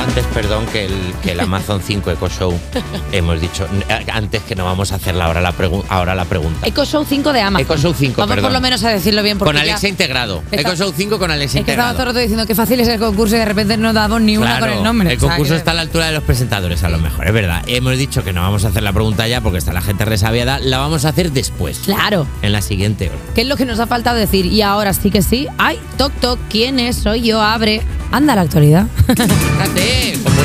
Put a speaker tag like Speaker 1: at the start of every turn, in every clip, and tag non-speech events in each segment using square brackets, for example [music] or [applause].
Speaker 1: Amazon que el, que el Amazon 5 Eco
Speaker 2: [laughs]
Speaker 1: Show. Hemos dicho eh, antes que no vamos a hacerla ahora la, pregu- ahora la pregunta.
Speaker 2: EcoShow 5 de Amazon.
Speaker 1: Eco Show 5,
Speaker 2: Vamos
Speaker 1: perdón.
Speaker 2: por lo menos a decirlo bien. Eh, Porque
Speaker 1: Con Alexa
Speaker 2: ya-
Speaker 1: integrado.
Speaker 2: Está-
Speaker 1: Eco Show 5 con Alexa
Speaker 2: Es que estaba todo el
Speaker 1: integrado.
Speaker 2: rato diciendo que fácil es el concurso y de repente no damos ni una
Speaker 1: Claro,
Speaker 2: con el nombre.
Speaker 1: el
Speaker 2: o sea,
Speaker 1: concurso
Speaker 2: que-
Speaker 1: está a la altura de los presentadores, a lo mejor, es verdad. Hemos dicho que no vamos a hacer la pregunta ya porque está la gente resabiada. La vamos a hacer después,
Speaker 2: Claro.
Speaker 1: en la siguiente hora.
Speaker 2: ¿Qué es lo que nos ha faltado decir? Y ahora sí que sí. Ay, toc toc, ¿quién es? Soy yo, abre. Anda la actualidad. [laughs]
Speaker 1: Fíjate, como-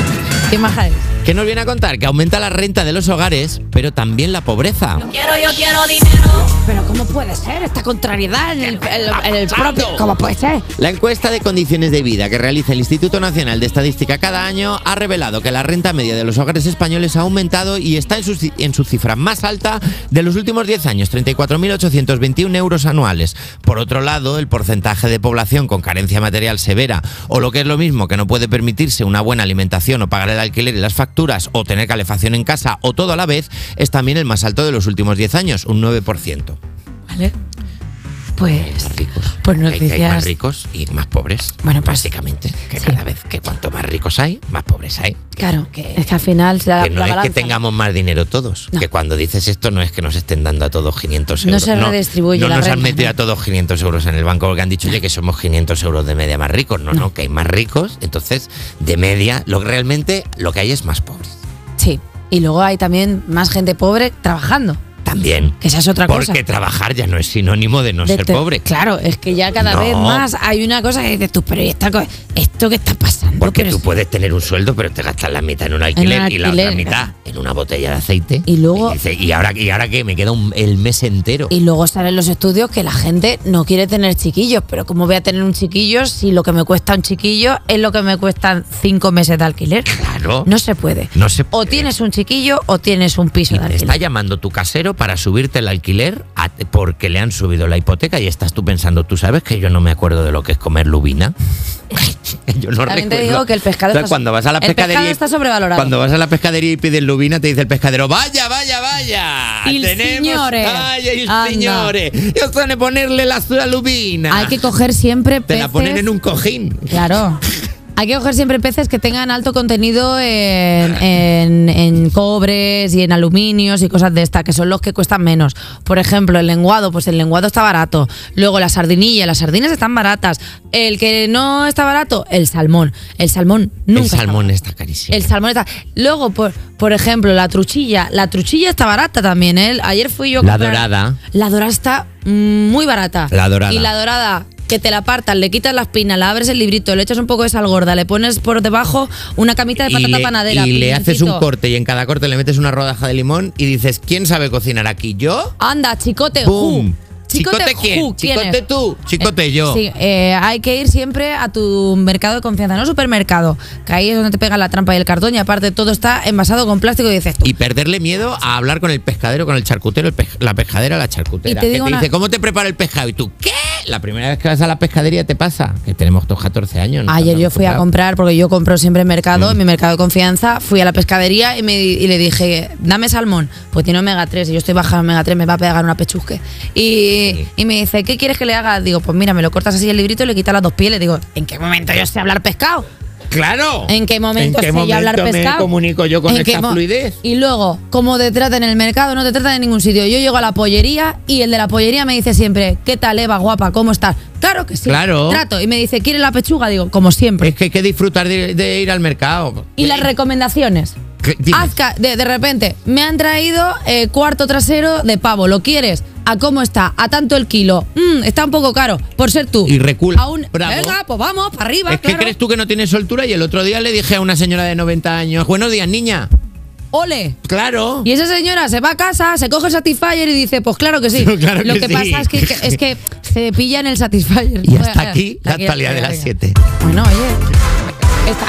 Speaker 2: ¿Qué maja es?
Speaker 1: ¿Qué nos viene a contar? Que aumenta la renta de los hogares, pero también la pobreza.
Speaker 3: Quiero, yo quiero dinero.
Speaker 2: Pero ¿cómo puede ser esta contrariedad en el, en- en el propio? ¿Cómo puede ser?
Speaker 1: La encuesta de condiciones de vida que realiza el Instituto Nacional de Estadística cada año ha revelado que la renta media de los hogares españoles ha aumentado y está en su, ci- en su cifra más alta de los últimos 10 años, 34.821 euros anuales. Por otro lado, el porcentaje de población con carencia material severa o lo que es lo mismo que no puede permitirse una buena alimentación o pagar el alquiler y las facturas o tener calefacción en casa o todo a la vez es también el más alto de los últimos 10 años, un 9%.
Speaker 2: ¿Vale? Pues.
Speaker 1: ricos.
Speaker 2: Pues
Speaker 1: Que hay- que hay
Speaker 2: noticias.
Speaker 1: más ricos y más pobres.
Speaker 2: Bueno, pues-
Speaker 1: básicamente. Que
Speaker 2: sí.
Speaker 1: cada vez que cuanto más ricos hay, más pobres hay.
Speaker 2: Claro, es que al final la,
Speaker 1: que no
Speaker 2: la
Speaker 1: es
Speaker 2: balanza-
Speaker 1: que tengamos más dinero todos.
Speaker 2: No.
Speaker 1: Que cuando dices esto no es que nos estén dando a todos 500
Speaker 2: No
Speaker 1: euros.
Speaker 2: se redistribuye
Speaker 1: No
Speaker 2: la
Speaker 1: nos han
Speaker 2: renta,
Speaker 1: metido
Speaker 2: ¿no?
Speaker 1: a todos 500 euros en el banco porque han dicho, oye, que somos 500 euros de media más ricos. No, no, que hay más ricos. Entonces, de media, lo que realmente lo que hay es más pobres.
Speaker 2: Sí. Y luego hay también más gente pobre trabajando.
Speaker 1: También.
Speaker 2: Que esa es otra cosa.
Speaker 1: Porque trabajar ya no es sinónimo de no
Speaker 2: De
Speaker 1: ser
Speaker 2: te-
Speaker 1: pobre.
Speaker 2: Claro, es que ya cada
Speaker 1: No.
Speaker 2: vez más hay una cosa que dices tú, pero ¿y esta co- esto que está pasando.
Speaker 1: Porque
Speaker 2: Pero
Speaker 1: tú
Speaker 2: es-
Speaker 1: puedes tener un sueldo, pero te gastas la mitad en un alquiler,
Speaker 2: En un
Speaker 1: y la otra
Speaker 2: alquiler.
Speaker 1: mitad en una botella de aceite.
Speaker 2: Y luego-
Speaker 1: Y, dices, ¿y ahora, y ahora qué? Me queda un- el mes entero.
Speaker 2: Y luego salen los estudios que la gente no quiere tener chiquillos, pero ¿cómo voy a tener un chiquillo si lo que me cuesta un chiquillo es lo que me cuestan cinco meses de alquiler?
Speaker 1: Claro.
Speaker 2: No se puede.
Speaker 1: No se
Speaker 2: O
Speaker 1: puede.
Speaker 2: tienes un chiquillo o tienes un piso
Speaker 1: Y
Speaker 2: de
Speaker 1: te
Speaker 2: alquiler.
Speaker 1: está llamando tu casero para subirte el alquiler a- porque le han subido la hipoteca y estás tú pensando, tú sabes que yo no me acuerdo de lo que es comer
Speaker 2: [laughs]
Speaker 1: lubina. yo no
Speaker 2: También te
Speaker 1: recuerdo.
Speaker 2: digo que el pescado
Speaker 1: Entonces,
Speaker 2: está-
Speaker 1: cuando vas a la
Speaker 2: el pescado
Speaker 1: pescadería y-
Speaker 2: está sobrevalorado.
Speaker 1: Cuando vas a la pescadería y pides lubina, te dice el pescadero, vaya, vaya, vaya.
Speaker 2: Il
Speaker 1: tenemos,
Speaker 2: signore.
Speaker 1: Ay, ay, il
Speaker 2: Anda.
Speaker 1: signore. Yo suele ponerle la, la lubina.
Speaker 2: Hay que coger siempre
Speaker 1: Te
Speaker 2: peces.
Speaker 1: la ponen en un cojín.
Speaker 2: Claro. Hay que coger siempre peces que tengan alto contenido en, en- en cobres y en aluminios y cosas de esta, que son los que cuestan menos. Por ejemplo, el lenguado, pues el lenguado está barato. Luego la sardinilla, las sardinas están baratas. El que no está barato, el salmón. El salmón nunca.
Speaker 1: el
Speaker 2: está
Speaker 1: salmón
Speaker 2: barato.
Speaker 1: está carísimo.
Speaker 2: El salmón está. Luego, por, por ejemplo, la truchilla. La truchilla está barata también, ¿eh? Ayer fui yo a
Speaker 1: La
Speaker 2: comprar-
Speaker 1: dorada.
Speaker 2: La dorada está mm, muy barata.
Speaker 1: La dorada.
Speaker 2: Y la dorada, que te la partas, le quitas la espina, la abres el librito, le echas un poco de sal gorda, le pones por debajo una camita de
Speaker 1: y
Speaker 2: patata
Speaker 1: le,
Speaker 2: panadera.
Speaker 1: y le haces un
Speaker 2: pimentito.
Speaker 1: corte y en cada corte le metes una rodaja de limón y dices, ¿quién sabe cocinar aquí? ¿Yo?
Speaker 2: Anda, chicote,
Speaker 1: ¡Pum!
Speaker 2: ju.
Speaker 1: ¿Chicote quién?
Speaker 2: ju,
Speaker 1: ¿Chicote
Speaker 2: es?
Speaker 1: tú? ¿Chicote
Speaker 2: Eh,
Speaker 1: yo?
Speaker 2: Sí, eh, hay que ir siempre a tu mercado de confianza, no supermercado, que ahí es donde te pega la trampa y el cartón y aparte todo está envasado con plástico y dices tú.
Speaker 1: Y perderle miedo a hablar con el pescadero, con el charcutero, el pej- la pescadera, la
Speaker 2: Y
Speaker 1: charcutera.
Speaker 2: te
Speaker 1: que
Speaker 2: digo
Speaker 1: te
Speaker 2: una-
Speaker 1: dice, ¿cómo te prepara el pescado? Y tú, ¿qué? La primera vez que vas a la pescadería te pasa, que tenemos todos 14 años. nos
Speaker 2: Ayer
Speaker 1: hemos
Speaker 2: yo fui a
Speaker 1: comprado.
Speaker 2: comprar, porque yo compro siempre en mercado, en mi mercado de confianza, fui a la pescadería y, me, di- y le dije, dame salmón, pues tiene omega 3 y yo estoy baja en omega 3, me va a pegar una pechusque. Y,
Speaker 1: Sí.
Speaker 2: y me dice, ¿qué quieres que le haga? Digo, pues mira, me lo cortas así el librito y le quitas las dos pieles. Digo, ¿en qué momento yo sé hablar pescado?
Speaker 1: ¡Claro!
Speaker 2: ¿En qué momento
Speaker 1: ¿En qué
Speaker 2: sé yo hablar
Speaker 1: momento
Speaker 2: pescado?
Speaker 1: me comunico yo con
Speaker 2: ¿En qué
Speaker 1: esta
Speaker 2: mo-
Speaker 1: fluidez?
Speaker 2: Y luego, como te tratan en el mercado, no te tratan en ningún sitio. Yo llego a la pollería y el de la pollería me dice siempre, ¿qué tal Eva, guapa? ¿Cómo estás? Claro que sí.
Speaker 1: Claro.
Speaker 2: Trato. Y me dice, ¿quieres la pechuga? Digo, como siempre.
Speaker 1: Es que hay que disfrutar de, de ir al mercado.
Speaker 2: Y las recomendaciones.
Speaker 1: ¿Qué dices?
Speaker 2: Haz ca- de, de repente, me han traído eh, cuarto trasero de pavo. ¿Lo quieres? ¿A cómo está? ¿A tanto el kilo? Mm, está un poco caro, por ser tú.
Speaker 1: Y recula.
Speaker 2: Aún,
Speaker 1: Bravo.
Speaker 2: venga, pues vamos, para arriba,
Speaker 1: Es que
Speaker 2: claro.
Speaker 1: crees tú que no tiene soltura y el otro día le dije a una señora de 90 años, buenos días niña,
Speaker 2: Ole.
Speaker 1: claro.
Speaker 2: Y esa señora se va a casa, se coge el Satisfyer y dice, pues claro que sí.
Speaker 1: [laughs] Claro
Speaker 2: Lo
Speaker 1: que
Speaker 2: que
Speaker 1: sí.
Speaker 2: pasa es que, que- es que se pillan el Satisfyer.
Speaker 1: Y hasta aquí la actualidad de las
Speaker 2: siete.
Speaker 1: siete.
Speaker 2: Bueno, oye.